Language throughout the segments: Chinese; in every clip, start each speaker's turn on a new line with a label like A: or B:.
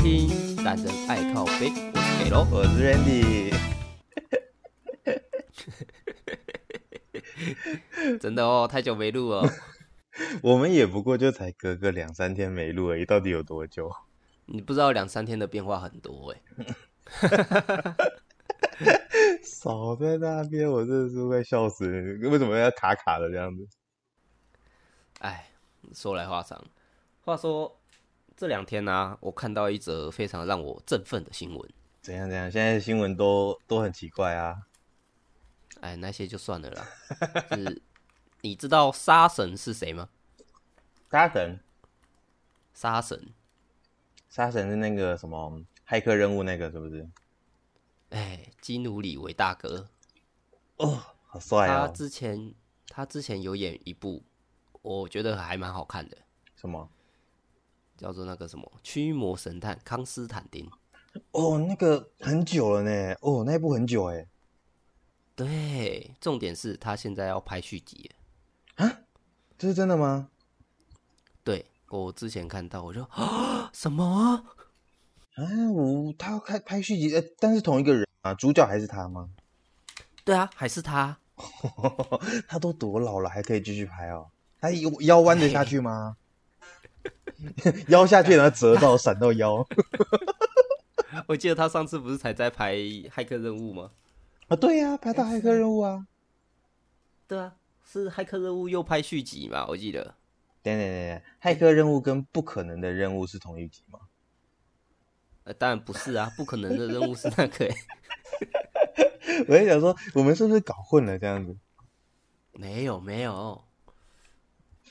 A: 听《懒人爱靠背》，我是 K 喽。
B: 我是 Randy，
A: 真的哦，太久没录了。
B: 我们也不过就才隔个两三天没录而已，到底有多久？
A: 你不知道两三天的变化很多哎、
B: 少在那边，我真的是会笑死。为什么要卡卡的这样子？
A: 哎，说来话长。话说这两天呢、啊我看到一则非常让我振奋的新闻。
B: 怎样怎样？现在的新闻都都很奇怪啊。
A: 哎，那些就算了啦。是，你知道沙神是谁吗？
B: 沙神，
A: 沙神，
B: 沙神是那个什么骇客任务那个是不是？
A: 哎，基努里维大哥，
B: 哦，好帅
A: 他
B: 哦！
A: 之前他之前有演一部，我觉得还蛮好看的，
B: 什么？
A: 叫做那个什么《驱魔神探康斯坦丁》。
B: 哦，那个很久了呢。哦，那一部很久哎。
A: 对，重点是他现在要拍续集了。
B: 这是真的吗？
A: 对我之前看到，我就啊什么？
B: 啊，我他要开拍续集，呃，但是同一个人啊，主角还是他吗？
A: 对啊，还是他？
B: 他都多老了，还可以继续拍哦？他腰腰弯得下去吗？ 腰下去，然后折到，闪到腰
A: 我记得他上次不是才在拍《骇客任务》吗？
B: 啊！对呀、拍到骇客任务啊！
A: 对啊，是《骇客任务》又拍续集嘛？我记得
B: 等等等等，骇客任务跟不可能的任务是同一集吗？
A: 呃，当然不是啊，不可能的任务是那个欸、
B: 我在想说，我们是不是搞混了这样子？
A: 没有没有，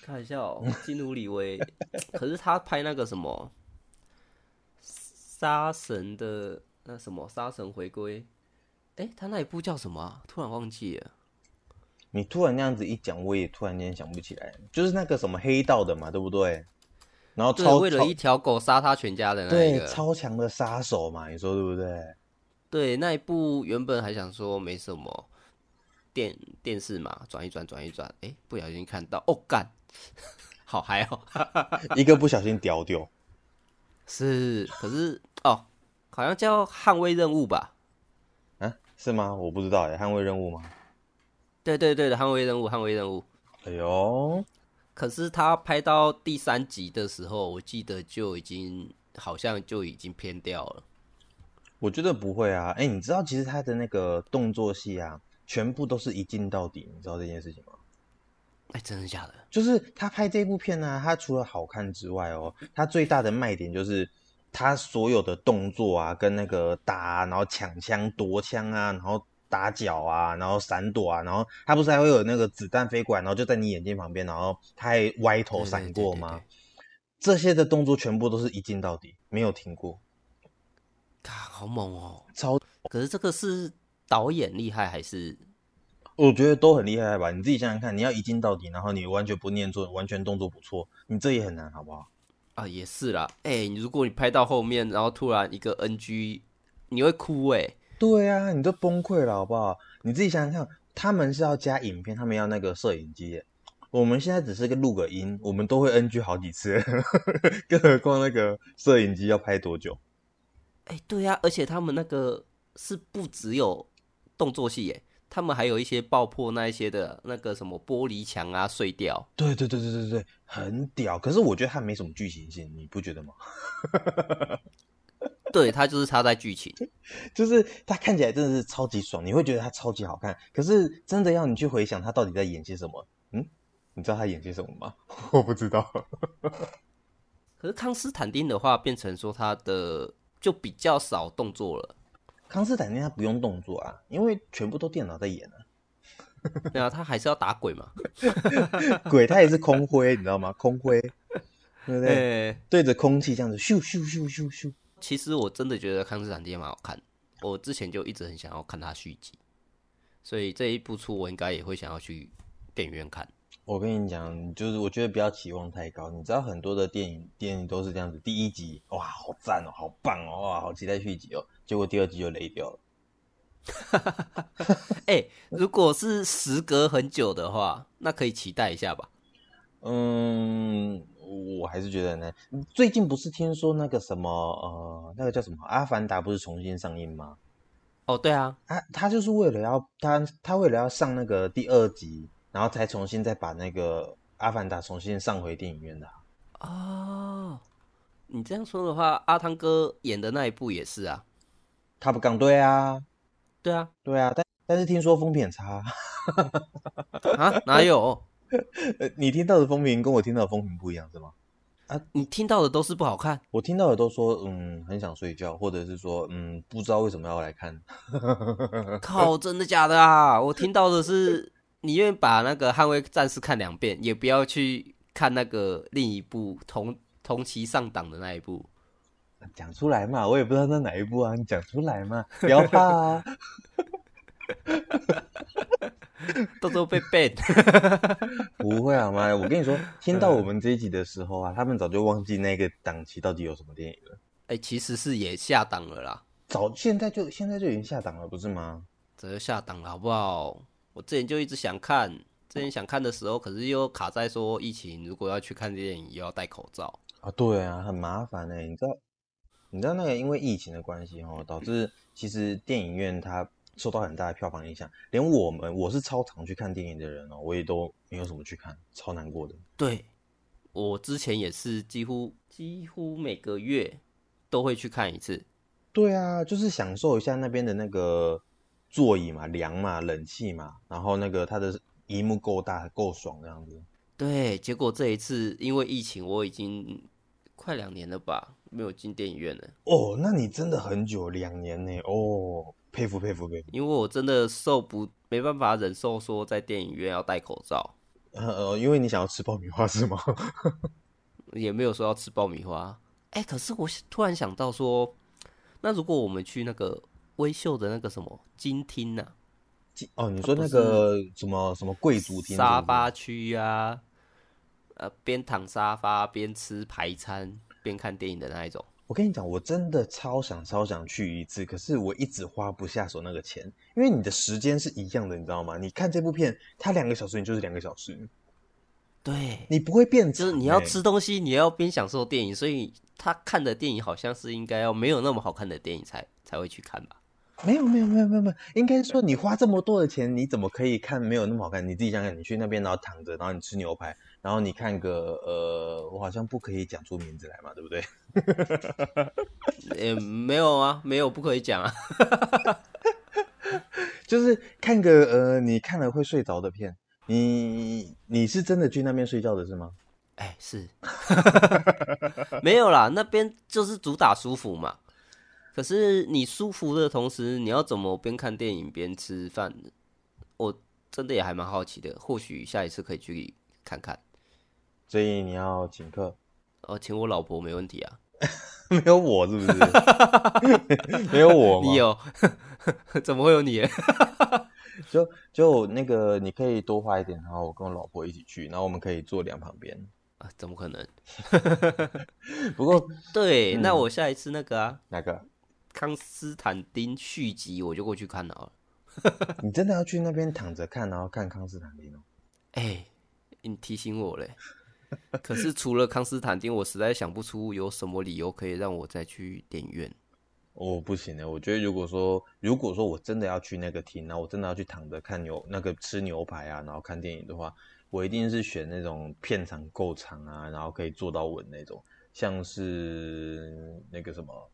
A: 开玩笑哦，基努里维，可是他拍那个什么杀神的那什么杀神回归，诶，他那一部叫什么啊、突然忘记了。
B: 你突然那样子一讲，我也突然间想不起来，就是那个什么黑道的嘛，对不对？然后
A: 对，
B: 超
A: 为了
B: 超
A: 一条狗杀他全家的那一
B: 对
A: 个。
B: 超强的杀手嘛，你说对不对？
A: 对，那一部原本还想说没什么，电电视嘛，转一转转一转，诶，不小心看到，哦干， 好嗨哦，
B: 一个不小心屌掉，
A: 是，可是哦，好像叫捍卫任务吧。
B: 啊，是吗？我不知道哎，捍卫任务吗？
A: 对对对的，捍卫任务，捍卫任务。
B: 哎呦，
A: 可是他拍到第三集的时候，我记得就已经好像就已经偏掉了。
B: 我觉得不会啊，哎、你知道其实他的那个动作戏啊，全部都是一镜到底，你知道这件事情吗？
A: 哎，真的假的？
B: 就是他拍这部片呢、啊，他除了好看之外哦，他最大的卖点就是他所有的动作啊，跟那个打啊、然后抢枪、夺枪啊，然后打脚啊，然后闪躲啊，然后他不是还会有那个子弹飞过来，然后就在你眼睛旁边，然后他还歪头闪过吗？
A: 对对对对
B: 这些的动作全部都是一镜到底，没有停过，
A: 嘎，好猛哦！
B: 超
A: 可是这个是导演厉害还是？
B: 我觉得都很厉害吧？你自己想想看，你要一镜到底，然后你完全不念错，完全动作不错，你这也很难，好不好？
A: 啊，也是啦。哎、你如果你拍到后面，然后突然一个 NG，你会哭哎、
B: 对啊，你都崩溃了，好不好？你自己想想看，他们是要加影片，他们要那个摄影机耶，我们现在只是个录个音，我们都会 NG 好几次，更何况那个摄影机要拍多久？
A: 哎、对呀、而且他们那个是不只有动作戏耶、他们还有一些爆破那一些的那个什么玻璃墙啊碎掉。
B: 对对对对对对，很屌。可是我觉得它没什么剧情性，你不觉得吗？
A: 对，它就是插在剧情。
B: 就是它看起来真的是超级爽，你会觉得它超级好看。可是真的要你去回想它到底在演些什么，嗯，你知道他演些什么吗？ 我不知道。
A: 可是康斯坦丁的话，变成说他的就比较少动作了。
B: 康斯坦丁他不用动作啊，因为全部都电脑在演啊。
A: 对啊，他还是要打鬼嘛。
B: 鬼他也是空挥，你知道吗？空挥，对不
A: 哎、
B: 对？对着空气这样子咻咻咻咻咻。
A: 其实我真的觉得康斯坦丁蛮好看，我之前就一直很想要看他续集，所以这一部出我应该也会想要去电影院看。
B: 我跟你讲，就是我觉得不要期望太高。你知道很多的电影电影都是这样子，第一集哇好赞哦，好棒哦，哇好期待续集哦，结果第二集就雷掉了。
A: 哎、如果是时隔很久的话，那可以期待一下吧。
B: 嗯，我还是觉得很难。最近不是听说那个什么呃，那个叫什么《阿凡达》不是重新上映吗？
A: 哦，对啊，
B: 啊，他就是为了要他他为了要上那个第二集，然后才重新再把那个《阿凡达》重新上回电影院的啊、
A: 哦，你这样说的话，阿汤哥演的那一部也是啊，
B: 他不港队啊，
A: 对啊，
B: 对啊，但但是听说风评很差，
A: 啊，哪有？
B: 呃你听到的风评跟我听到的风评不一样是吗？
A: 你听到的都是不好看，
B: 我听到的都说嗯很想睡觉，或者是说嗯不知道为什么要来看，
A: 靠，真的假的啊？我听到的是，宁愿把那个《捍卫战士》看两遍，也不要去看那个另一部同同期上档的那一部。
B: 讲出来嘛，我也不知道那哪一部啊，你讲出来嘛，不要怕啊。
A: 到时候被 ban，
B: 不会好吗？我跟你说，听到我们这一集的时候啊，他们早就忘记那个档期到底有什么电影了，
A: 哎、其实是也下档了啦，
B: 早现在就现在就已经下档了，不是吗？
A: 早就下档了，好不好？我之前就一直想看，之前想看的时候，可是又卡在说疫情，如果要去看电影，又要戴口罩。
B: 啊，对啊，很麻烦哎、你知道，你知道那个因为疫情的关系哦，导致其实电影院它受到很大的票房影响，连我们我是超常去看电影的人哦，我也都没有什么去看，超难过的。
A: 对，我之前也是几乎几乎每个月都会去看一次。
B: 对啊，就是享受一下那边的那个座椅嘛、凉嘛、冷气嘛，然后那个它的荧幕够大、够爽这样子。
A: 对，结果这一次因为疫情，我已经快两年了吧，没有进电影院了，
B: 哦，那你真的很久，两年呢，哦，佩服佩服佩服。
A: 因为我真的受不没办法忍受说在电影院要戴口罩，
B: 呃，因为你想要吃爆米花是吗？
A: 也没有说要吃爆米花。哎，可是我突然想到说，那如果我们去那个微秀的那个什么金厅啊呐、
B: 哦，你说那个什么什么贵族厅
A: 沙
B: 是不是
A: 发区啊，呃，边躺沙发边吃排餐边看电影的那一种，
B: 我跟你讲，我真的超想超想去一次，可是我一直花不下手那个钱，因为你的时间是一样的，你知道吗？你看这部片，它两个小时，你就是两个小时，
A: 对，
B: 你不会变
A: 就是
B: 长
A: 你要
B: 欸
A: 吃东西，你要边享受电影，所以他看的电影好像是应该要没有那么好看的电影才才会去看吧？
B: 没有没有没有没有没有，应该说你花这么多的钱，你怎么可以看没有那么好看？你自己想想，你去那边然后躺着，然后你吃牛排，然后你看个呃，我好像不可以讲出名字来嘛，对不对？
A: 也、没有啊，没有不可以讲啊。
B: 就是看个呃，你看了会睡着的片，你你是真的去那边睡觉的是吗？
A: 哎，是， 没有啦，那边就是主打舒服嘛。可是你舒服的同时，你要怎么边看电影边吃饭？我真的也还蛮好奇的，或许下一次可以去看看。
B: 所以你要请客，
A: 哦，请我老婆没问题啊。
B: 没有我是不 是？没有我吗
A: 你有？ 怎么会有你？
B: 就就那个你可以多花一点，然后我跟我老婆一起去，然后我们可以坐两旁边。
A: 啊，怎么可能？
B: 不过
A: 对，那
B: 嗯
A: 我下一次那个啊，
B: 哪个？
A: 康斯坦丁续集我就过去看好了。
B: 你真的要去那边躺着看，然后看康斯坦丁哦？
A: 哎、你提醒我嘞。可是除了康斯坦丁，我实在想不出有什么理由可以让我再去电影院。
B: 我、哦不行欸的，我觉得如果说如果说我真的要去那个厅，然后我真的要去躺着看牛那个吃牛排啊，然后看电影的话，我一定是选那种片长够长啊，然后可以坐到稳那种，像是那个什么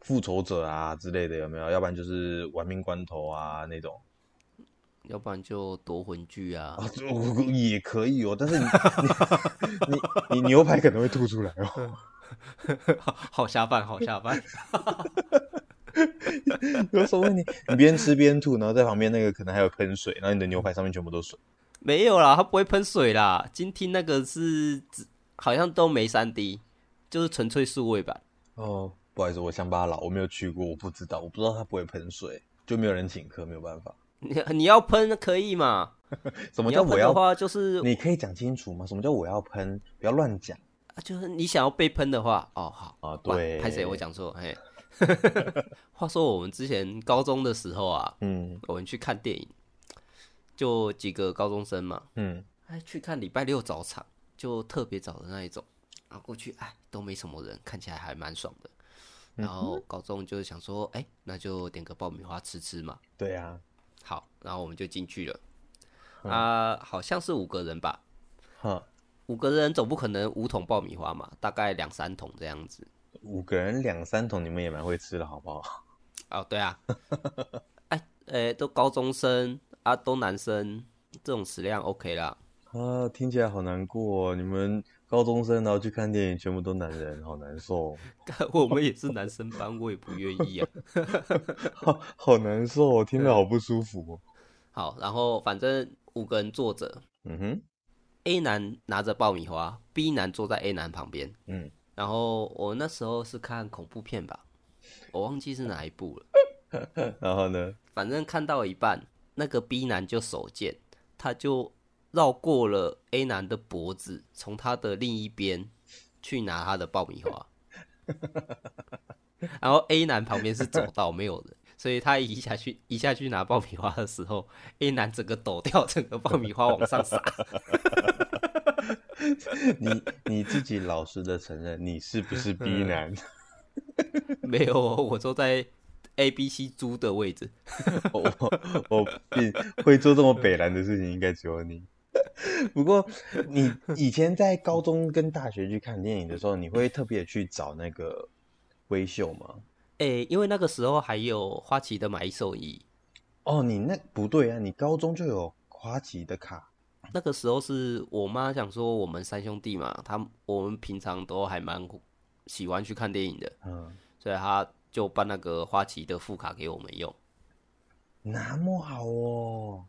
B: 复仇者啊之类的，有没有？要不然就是玩命关头啊那种。
A: 要不然就夺魂剧啊
B: 啊，！这我也可以哦，但是 你你你你牛排可能会吐出来哦。
A: 好下饭，好下饭。
B: 有什么问题？你边吃边吐，然后在旁边那个可能还有喷水，然后你的牛排上面全部都水。
A: 没有啦，它不会喷水啦。今天那个是只好像都没三 D，就是纯粹数位版。
B: 哦，不好意思，我乡巴佬，我没有去过，我不知道，我不知道它不会喷水，就没有人请客，没有办法。
A: 你你要喷可以嘛？
B: 什么
A: 你要
B: 叫我
A: 喷
B: 要
A: 的？话，就是
B: 你可以讲清楚吗？什么叫我要喷？不要乱讲
A: 啊，就是你想要被喷的话，哦，好
B: 啊！
A: 哇
B: 对，
A: 拍谁我，讲错，嘿。 话说我们之前高中的时候啊，
B: 嗯
A: 我们去看电影，就几个高中生嘛，
B: 嗯，
A: 哎，去看礼拜六早场，就特别早的那一种。然后过去哎都没什么人，看起来还蛮爽的。然后高中就是想说，哎、那就点个爆米花吃吃嘛。
B: 对啊，
A: 好，然后我们就进去了。啊、好像是五个人吧，
B: 哈，
A: 五个人总不可能五桶爆米花嘛，大概两三桶这样子。
B: 五个人两三桶，你们也蛮会吃的，好不好？
A: 哦，对啊，哎，哎、都高中生啊，都男生，这种食量 OK 啦。
B: 啊，听起来好难过、哦，你们高中生然后去看电影，全部都男人，好难受，
A: 干我们也是男生班，我也不愿意啊。
B: 好好难受、哦，听得好不舒服、哦。
A: 好，然后反正五个人坐着
B: 嗯哼，
A: ，A 男拿着爆米花，B 男坐在 A 男旁边。
B: 嗯，
A: 然后我那时候是看恐怖片吧，我忘记是哪一部了。
B: 然后呢？
A: 反正看到一半，那个 B 男就手贱，他就绕过了 A 男的脖子，从他的另一边去拿他的爆米花。 然后 A 男旁边是走道，没有人，所以他一下去一下去拿爆米花的时候，A 男整个抖掉，整个爆米花往上撒。
B: 你你自己老实的承认，你是不是 B 男？
A: 没有哦，我坐在 A、B、C 猪的位置。
B: 我我我比会做这么北蓝的事情，应该只有你。 不过，你以前在高中跟大学去看电影的时候，你会特别去找那个微秀吗？
A: 诶，因为那个时候还有花旗的买一送一，
B: 哦，你那不对啊，你高中就有花旗的卡
A: 那个时候是我妈想说我们三兄弟嘛，他我们平常都还蛮喜欢去看电影的，
B: 嗯，
A: 所以她就办那个花旗的副卡给我们用。
B: 那么好哦。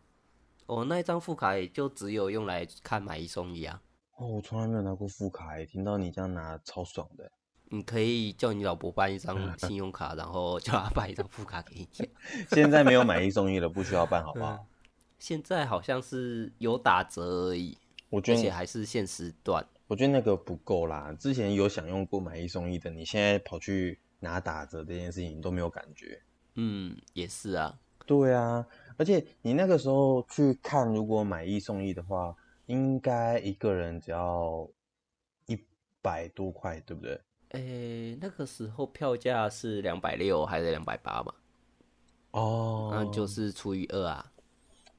A: 哦，那一张副卡也就只有用来看买一送一啊。
B: 哦，我从来没有拿过副卡耶，听到你这样拿超爽的。欸
A: 你可以叫你老婆办一张信用卡，然后叫她办一张副卡给你。
B: 现在没有买一送一了，不需要办，好不好？
A: 现在好像是有打折而已，
B: 我觉
A: 而
B: 得
A: 且还是限时段。
B: 我觉得那个不够啦，之前有享用过买一送一的，你现在跑去拿打折这件事情你都没有感觉。
A: 嗯，也是啊。
B: 对啊，而且你那个时候去看，如果买一送一的话，应该一个人只要一百多块，对不对？
A: 诶、那个时候票价是两百六还是两百八嘛？
B: 哦
A: 那、啊就是除以二啊。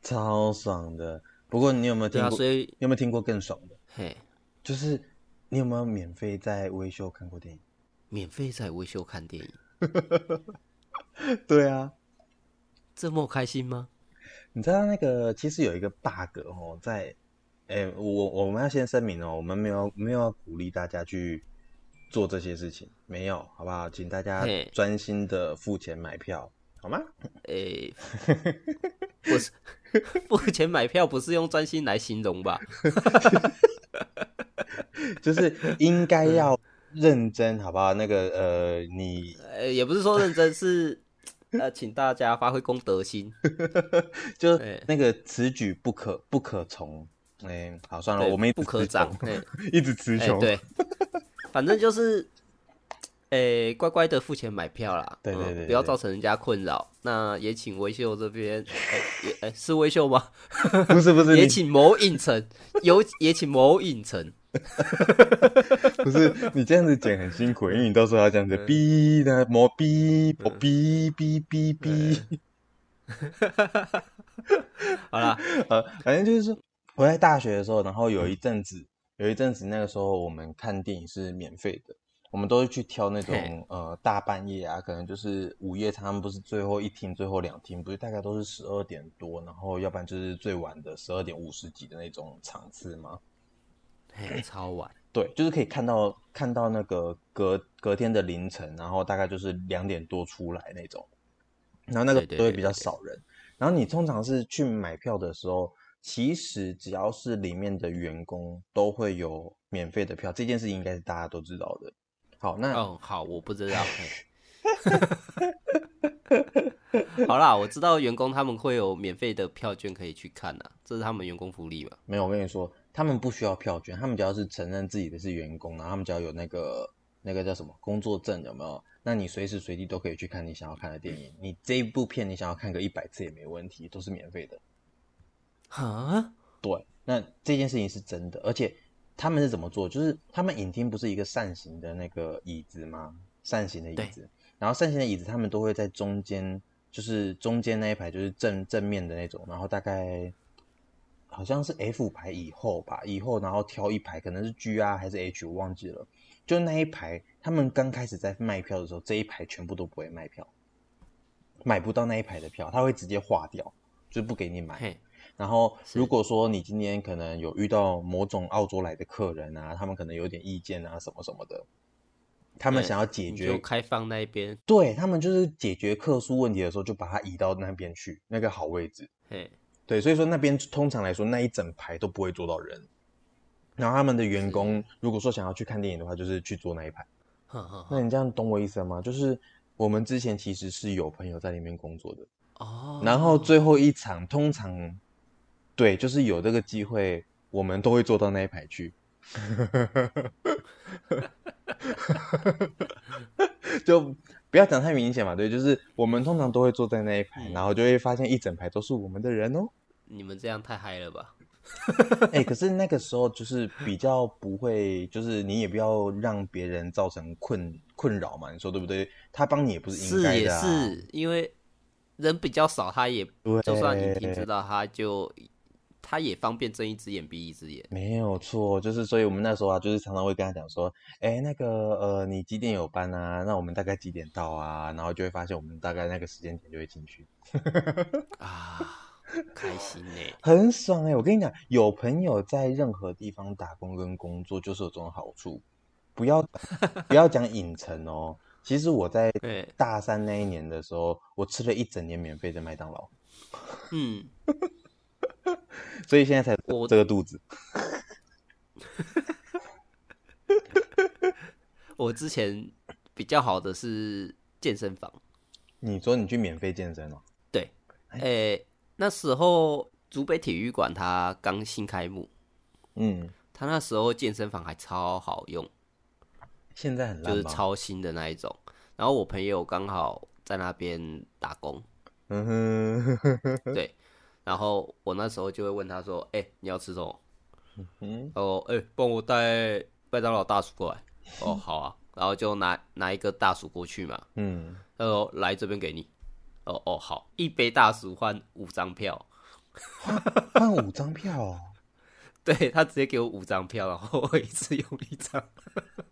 B: 超爽的。不过你有没有听
A: 对
B: 过？
A: 啊，所以
B: 你有没有听过更爽的？
A: 嘿，
B: 就是你有没有免费在微秀看过电影？
A: 免费在维修看电影，
B: 对啊，
A: 这么开心吗？
B: 你知道那个其实有一个 bug 哦，在，诶、我我们要先声明哦，我们没有没有要鼓励大家去做这些事情，没有，好不好？请大家
A: 嘿
B: 专心的付钱买票，好吗？
A: 诶、不是，付钱买票不是用专心来形容吧？
B: 就是应该要认真，好不好？那个呃，你
A: 呃，也不是说认真，是呃，请大家发挥公德心。
B: 就
A: 对
B: 那个此举不可不可从，诶、好算了，
A: 对
B: 啊我们一直
A: 不可
B: 词
A: 长
B: 穷，
A: 嘿
B: 一直词
A: 哎、
B: 穷，
A: 对，反正就是，哎、乖乖的付钱买票啦，
B: 对对
A: 嗯
B: 对
A: 不要
B: 对
A: 造成人家困扰。那也请维秀这边，哎、也哎、是维秀吗？
B: 不是不是，
A: 也
B: 你
A: 请某影城，有也请某影城，
B: 不是你这样子剪很辛苦，因为你到时候要这样子哔的磨哔磨哔哔哔哔，
A: 好啦，
B: 呃，反正就是说我在大学的时候，然后有一阵子，有一阵子那个时候我们看电影是免费的，我们都会去挑那种
A: 嘿
B: 呃大半夜啊，可能就是午夜，他们不是最后一厅、最后两厅，不是大概都是十二点多，然后要不然就是最晚的十二点五十几的那种场次吗？
A: 嘿，哎超晚，
B: 对，就是可以看到看到那个隔隔天的凌晨，然后大概就是两点多出来那种，然后那个
A: 对对
B: 都会
A: 对
B: 比较
A: 对对
B: 少人。然后你通常是去买票的时候，其实只要是里面的员工都会有免费的票，这件事情应该是大家都知道的。好，那、
A: 嗯，好，我不知道，嘿 好啦，我知道员工他们会有免费的票券可以去看呐，这是他们员工福利嘛。
B: 没有，我跟你说，他们不需要票券，他们只要是承认自己的是员工，然后他们只要有那个那个叫什么工作证，有没有？那你随时随地都可以去看你想要看的电影。你这一部片你想要看个一百次也没问题，都是免费的。
A: 啊，
B: 对，那这件事情是真的，而且他们是怎么做？就是他们影厅不是一个扇形的那个椅子吗？扇形的椅子，然后扇形的椅子他们都会在中间，就是中间那一排就是正正面的那种，然后大概好像是 F 排以后吧，以后然后挑一排，可能是 G 啊还是 H，我忘记了。就那一排，他们刚开始在卖票的时候，这一排全部都不会卖票，买不到那一排的票，他会直接划掉，就是不给你买。
A: 嘿，
B: 然后，
A: 是
B: 如果说你今天可能有遇到某种澳洲来的客人啊，他们可能有点意见啊，什么什么的，他们
A: 对
B: 想要解
A: 你
B: 决，
A: 就开放那一边，
B: 对他们就是解决客诉问题的时候，就把它移到那边去，那个好位置。
A: 嘿，
B: 对，所以说那边通常来说那一整排都不会坐到人。然后他们的员工如果说想要去看电影的话，就是去坐那一排。
A: 哈哈哈
B: 那你这样懂我意思了吗？就是我们之前其实是有朋友在里面工作的，
A: 哦，
B: 然后最后一场通常，对，就是有这个机会，我们都会坐到那一排去。 就不要讲太明显嘛，对，就是我们通常都会坐在那一
A: 嗯
B: 排，然后就会发现一整排都是我们的人 哦。
A: 你们这样太嗨了吧？
B: 哎、可是那个时候就是比较不会，就是你也不要让别人造成困困扰嘛，你说对不对？他帮你也不是应该
A: 也
B: 的、啊，
A: 是，因为人比较少，他也
B: 对
A: 就算影厅知道，他就他也方便睁一只眼闭一只眼。
B: 没有错，就是所以我们那时候啊，就是常常会跟他讲说，哎，那个呃，你几点有班啊？那我们大概几点到啊？然后就会发现我们大概那个时间点就会进去，
A: 啊，开心呢、
B: 很爽哎、我跟你讲，有朋友在任何地方打工跟工作就是有这种好处，不要不要讲影城哦。其实我在
A: 对，
B: 大三那一年的时候，我吃了一整年免费的麦当劳，
A: 嗯，
B: 所以现在才
A: 我
B: 这个肚子。
A: 我之前比较好的是健身房，
B: 你说你去免费健身哦？
A: 对，诶、那时候竹北体育馆它刚新开幕，
B: 嗯，
A: 它那时候健身房还超好用，
B: 现在很
A: 就
B: 烂
A: 是
B: 吗？
A: 超新的那一种。然后我朋友刚好在那边打工，
B: 嗯哼，
A: 对，然后我那时候就会问他说：“哎、你要吃什么？”
B: 嗯，
A: 哦，哎、帮我带麦当劳大薯过来。哦，好啊，然后就拿拿一个大薯过去嘛。
B: 嗯。
A: 他说：“来这边给你。”哦哦，好，一杯大薯换五张票。
B: 换五张票、哦，
A: 对他直接给我五张票，然后我一次用一张，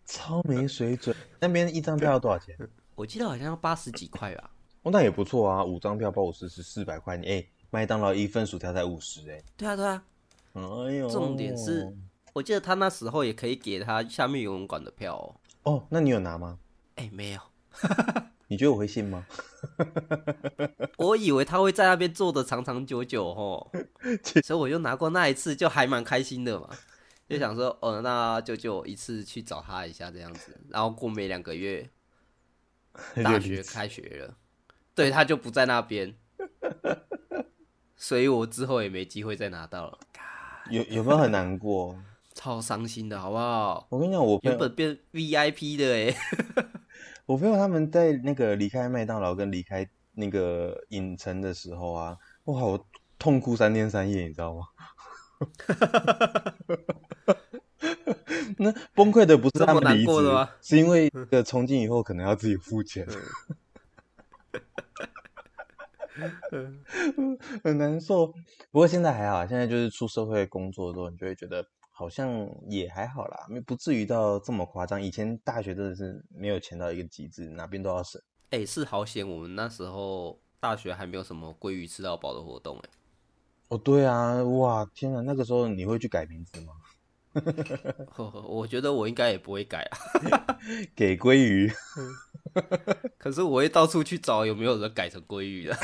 B: 超没水准。那边一张票要多少钱？
A: 我记得好像要八十几块吧。
B: 哦，那也不错啊，五张票包五十是四百块。你哎、麦当劳一份薯条才五十哎。
A: 对啊，对啊，
B: 哎呦，
A: 重点是，我记得他那时候也可以给他下面游泳馆的票哦。
B: 哦，那你有拿吗？
A: 哎、没有，
B: 你觉得我会信吗？
A: 我以为他会在那边坐的长长久久哦，所以我就拿过那一次，就还蛮开心的嘛，就想说哦，那就就一次去找他一下这样子，然后过没两个月，大学开学了，对他就不在那边，所以我之后也没机会再拿到了，
B: 有有没有很难过？
A: 超伤心的好不好？
B: 我跟你讲，我朋
A: 原
B: 友
A: 本变 VIP 的哎、
B: 我朋友他们在那个离开麦当劳跟离开那个影城的时候啊，哇，我痛哭三天三夜，你知道 吗？那崩溃的不是他
A: 这么
B: 们
A: 难
B: 离职
A: 过的吗，
B: 是因为这个从今以后可能要自己 付钱，很难受。不过现在还好，现在就是出社会工作之后，你就会觉得好像也还好啦，没不至于到这么夸张。以前大学真的是没有钱到一个极致，哪边都要省。
A: 哎、是好险，我们那时候大学还没有什么鲑鱼吃到饱的活动哎、
B: 哦，对啊，哇，天哪！那个时候你会去改名字吗？
A: 呵呵 我觉得我应该也不会改啊，
B: 给鲑鱼，
A: 可是我会到处去找有没有人改成鲑鱼的。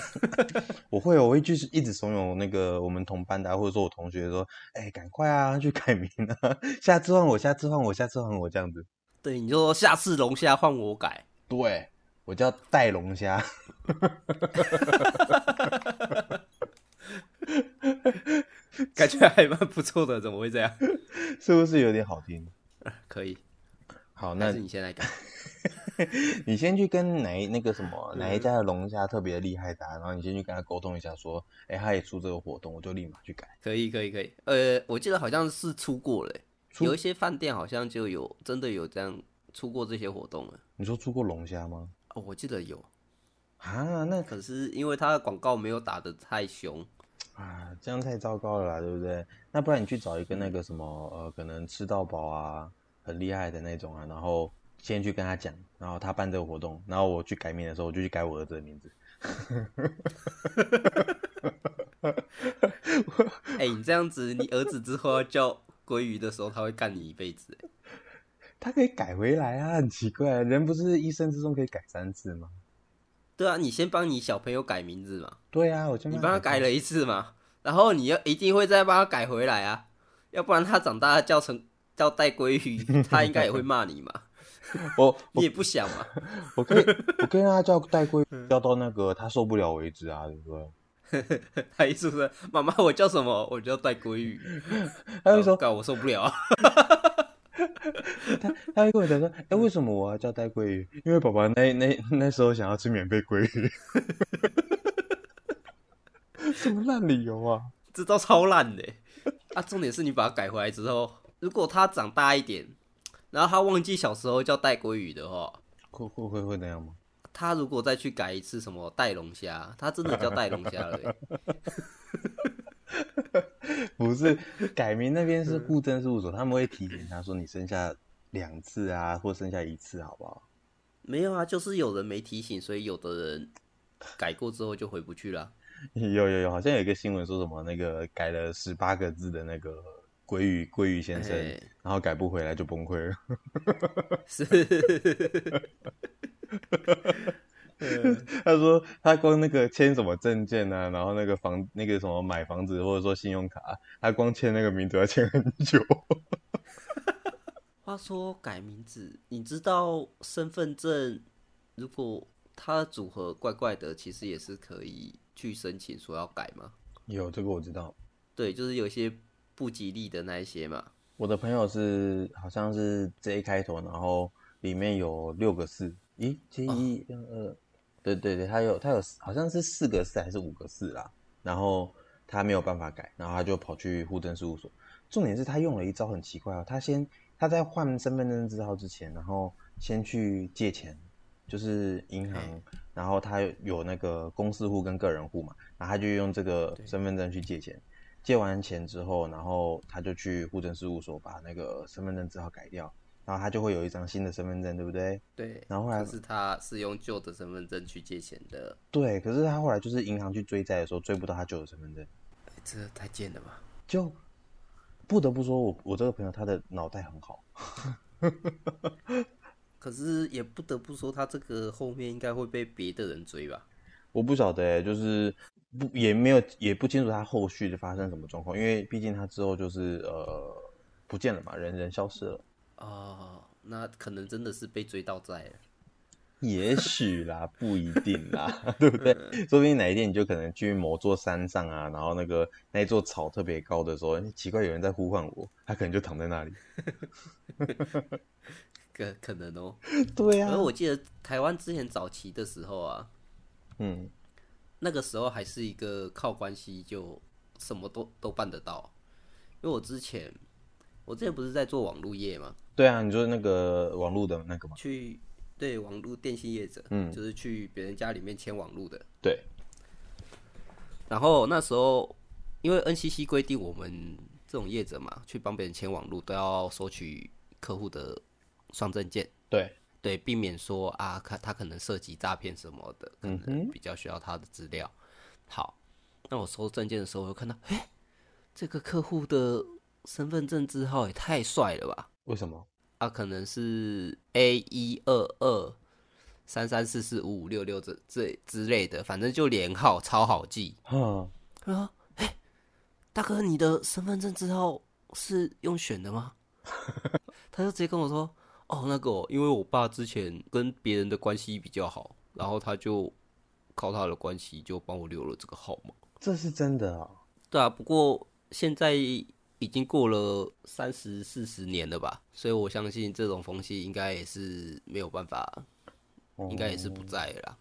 B: 我会哦，我会去一直怂恿那个我们同班的、啊，或者说我同学说，哎，赶快啊，去改名啊，下次换我，下次换我，下次换我这样子。
A: 对，你就说下次龙虾换我改，
B: 对，我叫带龙虾，
A: 感觉还蛮不错的，怎么会这样？
B: 是不是有点好听？
A: 可以，
B: 好，
A: 还
B: 那
A: 是你先来改。
B: 你先去跟哪一那个什么哪一家的龙虾特别厉害的啊、然后你先去跟他沟通一下，说，哎，他也出这个活动，我就立马去改。
A: 可以，可以，可以。呃，我记得好像是出过了欸、
B: 出
A: 有一些饭店好像就有真的有这样出过这些活动了。
B: 你说出过龙虾吗？
A: 哦，我记得有，
B: 啊，那
A: 可是因为它的广告没有打的太凶，
B: 啊，这样太糟糕了啦，对不对？那不然你去找一个那个什么，呃，可能吃到饱啊，很厉害的那种啊，然后先去跟他讲，然后他办这个活动，然后我去改名的时候，我就去改我儿子的名字。
A: 哎、你这样子，你儿子之后要叫鲑鱼的时候，他会干你一辈子、哎
B: 他可以改回来啊，很奇怪、啊，人不是一生之中可以改三次吗？
A: 对啊，你先帮你小朋友改名字嘛，
B: 对啊，我就
A: 你帮他改了一次嘛，然后你要一定会再帮他改回来啊，要不然他长大叫成叫带鲑鱼，他应该也会骂你嘛，
B: 我
A: 你也不想嘛。
B: 我可以，我可以让 他叫带过去，
A: 嗯
B: 叫到那个他受不了为止啊，对不对？
A: 他一出生，妈妈我叫什么？我叫带鲑鱼。
B: 他会
A: 哦
B: 说，
A: 干我受不了啊！
B: 他他会跟我讲说，哎、为什么我要叫带鲑鱼？因为爸爸那那那时候想要吃免费鲑鱼， 什么烂理由啊！
A: 这招超烂的。啊，重点是你把它改回来之后，如果他长大一点，然后他忘记小时候叫带鲑鱼的话，
B: 会会会会那样吗？
A: 他如果再去改一次什么带龙虾，他真的叫带龙虾了 欸。
B: 不是，改名那边是户政事务所，他们会提醒他说你剩下两次啊，或剩下一次，好不好？
A: 没有啊，就是有人没提醒，所以有的人改过之后就回不去了。
B: 有有有，好像有一个新闻说什么那个改了十八个字的那个鲑鱼鲑鱼先生，
A: 哎
B: 然后改不回来就崩溃了。
A: 是，
B: 他说他光那个签什么证件啊，然后那个房那个什么买房子或者说信用卡，他光签那个名字要签很久。
A: 话说改名字，你知道身份证如果它的组合怪怪的，其实也是可以去申请说要改吗？
B: 有这个我知道，
A: 对，就是有一些不吉利的那一些嘛。
B: 我的朋友是好像是 J 开头，然后里面有六个四，咦，其实一二二，对对对，他有他有好像是四个四还是五个四啦，然后他没有办法改，然后他就跑去户政事务所。重点是他用了一招很奇怪哦，他先他在换身份证字号之前，然后先去借钱，就是银行，然后他有那个公司户跟个人户嘛，然后他就用这个身份证去借钱。借完钱之后，然后他就去户政事务所把那个身份证字号改掉，然后他就会有一张新的身份证，对不对？
A: 对，
B: 然后后来
A: 可是他是用旧的身份证去借钱的，
B: 对，可是他后来就是银行去追债的时候，追不到他旧的身份证，
A: 哎这太贱了吧？
B: 就不得不说我我这个朋友他的脑袋很好，
A: 可是也不得不说，他这个后面应该会被别的人追吧？
B: 我不晓得、欸，就是不也没有也不清楚他后续的发生什么状况，因为毕竟他之后就是呃不见了嘛，人人消失了，
A: 哦，那可能真的是被追到债了。
B: 也许啦，不一定啦， 对不对？说不定哪一天你就可能去某座山上啊，然后那个那一座草特别高的时候，欸奇怪有人在呼唤我，他可能就躺在那里。
A: 可可能哦，
B: 对啊
A: 而我记得台湾之前早期的时候啊，
B: 嗯，
A: 那个时候还是一个靠关系就什么都都办得到。因为我之前，我之前不是在做网络业嘛，
B: 对啊，你说那个网络的那个嘛，
A: 去对网络电信业者，
B: 嗯
A: 就是去别人家里面签网络的。
B: 对，
A: 然后那时候，因为 NCC 规定我们这种业者嘛，去帮别人签网络都要收取客户的双证件。
B: 对，
A: 对，避免说啊，他他可能涉及诈骗什么的，可能比较需要他的资料。好，那我收证件的时候，我就看到，哎、这个客户的身份证字号也太帅了吧！
B: 为什么？
A: 啊，可能是 A 一二二三三四四五五六六这这之类的，反正就连号超好记。
B: 哈，
A: 他说：“哎、大哥，你的身份证字号是用选的吗？” 他就直接跟我说：“哦，那个哦、因为我爸之前跟别人的关系比较好，然后他就靠他的关系就帮我留了这个号码。
B: 这是真的啊、”
A: 对啊，不过现在已经过了三十四十年了吧，所以我相信这种风气应该也是没有办法，应该也是不在了啦。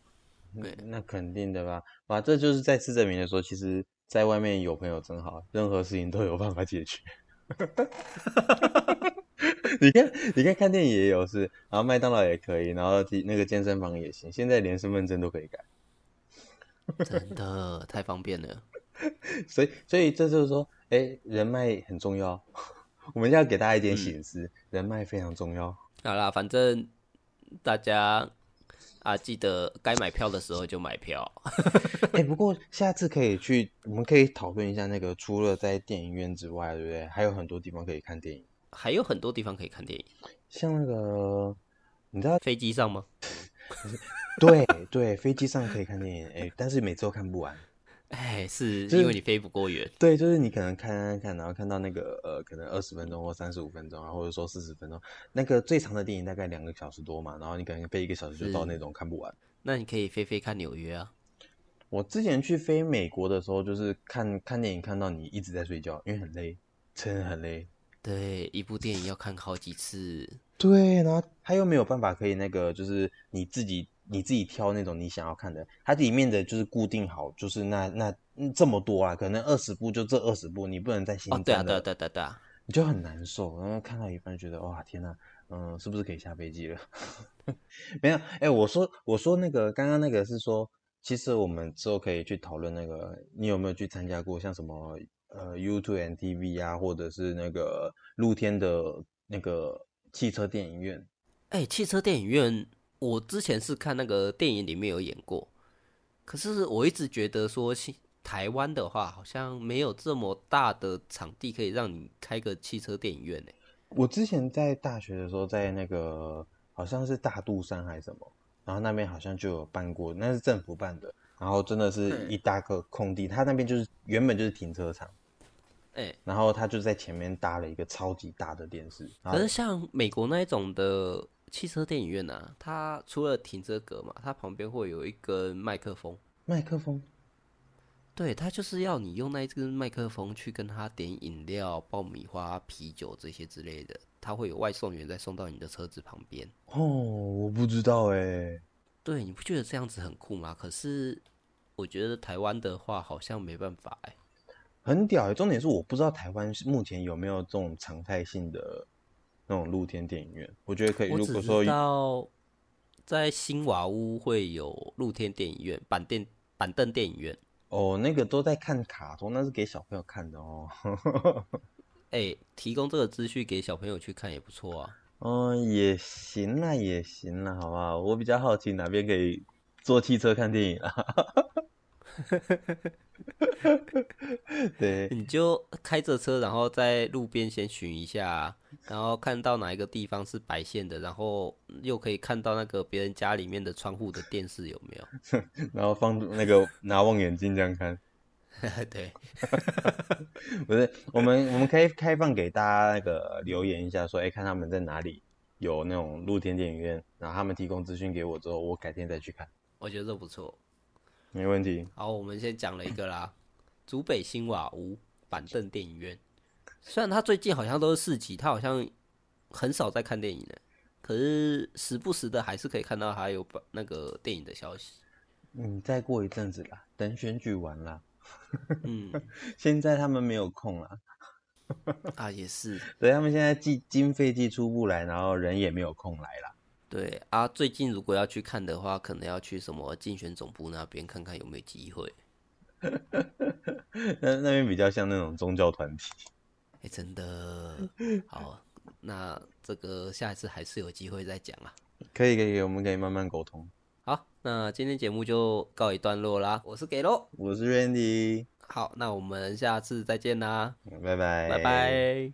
A: 对
B: 哦那肯定的吧？哇，这就是再次证明了说，其实在外面有朋友真好，任何事情都有办法解决。 你看，你看，看电影也有是，然后麦当劳也可以，然后地那个健身房也行，现在连身份证都可以改，
A: 真的太方便了。
B: 所以，所以这就是说，哎，人脉很重要， 我们要给大家一点醒思，人脉非常重要。
A: 好啦，反正大家啊，记得该买票的时候就买票。
B: 哎、不过下次可以去，我们可以讨论一下那个，除了在电影院之外，对不对？还有很多地方可以看电影，
A: 还有很多地方可以看电影，
B: 像那个，你知道，
A: 飞机上吗？
B: 对对，飞机上可以看电影，哎、但是每次都看不完。
A: 哎，是
B: 就是
A: 因为你飞不过远，
B: 对，就是你可能看看看，然后看到那个呃，可能二十分钟或三十五分钟，啊然后或者说四十分钟，那个最长的电影大概两个小时多嘛，然后你可能飞一个小时就到那种看不完。
A: 那你可以飞飞看纽约啊。
B: 我之前去飞美国的时候，就是看看电影看到你一直在睡觉，因为很累，真的很累。
A: 对，一部电影要看好几次。
B: 对，然后他又没有办法可以那个，就是你自己你自己挑那种你想要看的，它里面的就是固定好，就是那那嗯这么多啊，可能二十部就这二十部，你不能再新
A: 哦，对啊，
B: 增
A: 对啊，
B: 了
A: 对啊对啊对啊，
B: 你就很难受，然后看到一半觉得哇天呐，嗯、是不是可以下飞机了？ 没有，哎、我说我说那个刚刚那个是说，其实我们之后可以去讨论那个，你有没有去参加过像什么呃 YouTube and TV 啊，或者是那个露天的那个汽车电影院？
A: 哎，汽车电影院，我之前是看那个电影里面有演过，可是我一直觉得说，新台湾的话好像没有这么大的场地可以让你开个汽车电影院呢。
B: 我之前在大学的时候，在那个好像是大肚山还是什么，然后那边好像就有办过，那是政府办的，然后真的是
A: 嗯
B: 一大个空地，它那边就是原本就是停车场，
A: 哎，
B: 然后他就在前面搭了一个超级大的电视，
A: 可
B: 然后
A: 是像美国那一种的汽车电影院啊，它除了停车格嘛，它旁边会有一根麦克风，
B: 麦克风，
A: 对，它就是要你用那一根麦克风去跟他点饮料、爆米花、啤酒这些之类的，它会有外送员再送到你的车子旁边。
B: 哦，我不知道哎，
A: 对，你不觉得这样子很酷吗？可是我觉得台湾的话好像没办法哎、
B: 很屌哎，重点是我不知道台湾是目前有没有这种常态性的那种露天电影院，我觉得可以，
A: 我
B: 如
A: 只
B: 果说
A: 知道在新瓦屋会有露天电影院、板电板凳电影院。
B: 哦，那个都在看卡通，那是给小朋友看的哦。
A: 哎、提供这个资讯给小朋友去看也不错啊。
B: 嗯，也行啦，也行啦，好不好？我比较好奇哪边可以坐汽车看电影 啊？对，
A: 你就开着车，然后在路边先巡一下，啊然后看到哪一个地方是白线的，然后又可以看到那个别人家里面的窗户的电视有没有？
B: 然后放那个拿望远镜这样看，
A: 对，
B: 不是？我们我们可以开放给大家那个留言一下说，哎，看他们在哪里有那种露天电影院，然后他们提供资讯给我之后，我改天再去看，
A: 我觉得这不错。
B: 没问题。
A: 好，我们先讲了一个啦，竹北新瓦屋板凳电影院。虽然它最近好像都是四级，它好像很少在看电影了，可是时不时的还是可以看到它有把那个电影的消息。
B: 嗯，再过一阵子啦，等选举完啦，
A: 嗯，
B: 现在他们没有空啦。
A: 啊也是，
B: 对，他们现在既经费既出不来，然后人也没有空来啦。
A: 对啊，最近如果要去看的话，可能要去什么竞选总部那边看看有没有机会。
B: 那那边比较像那种宗教团体。
A: 哎、真的，好，那这个下一次还是有机会再讲啊。
B: 可以可以，我们可以慢慢沟通。
A: 好，那今天节目就告一段落啦，我是给喽。
B: 我是 Randy，
A: 好，那我们下次再见啦，
B: 拜拜，
A: 拜拜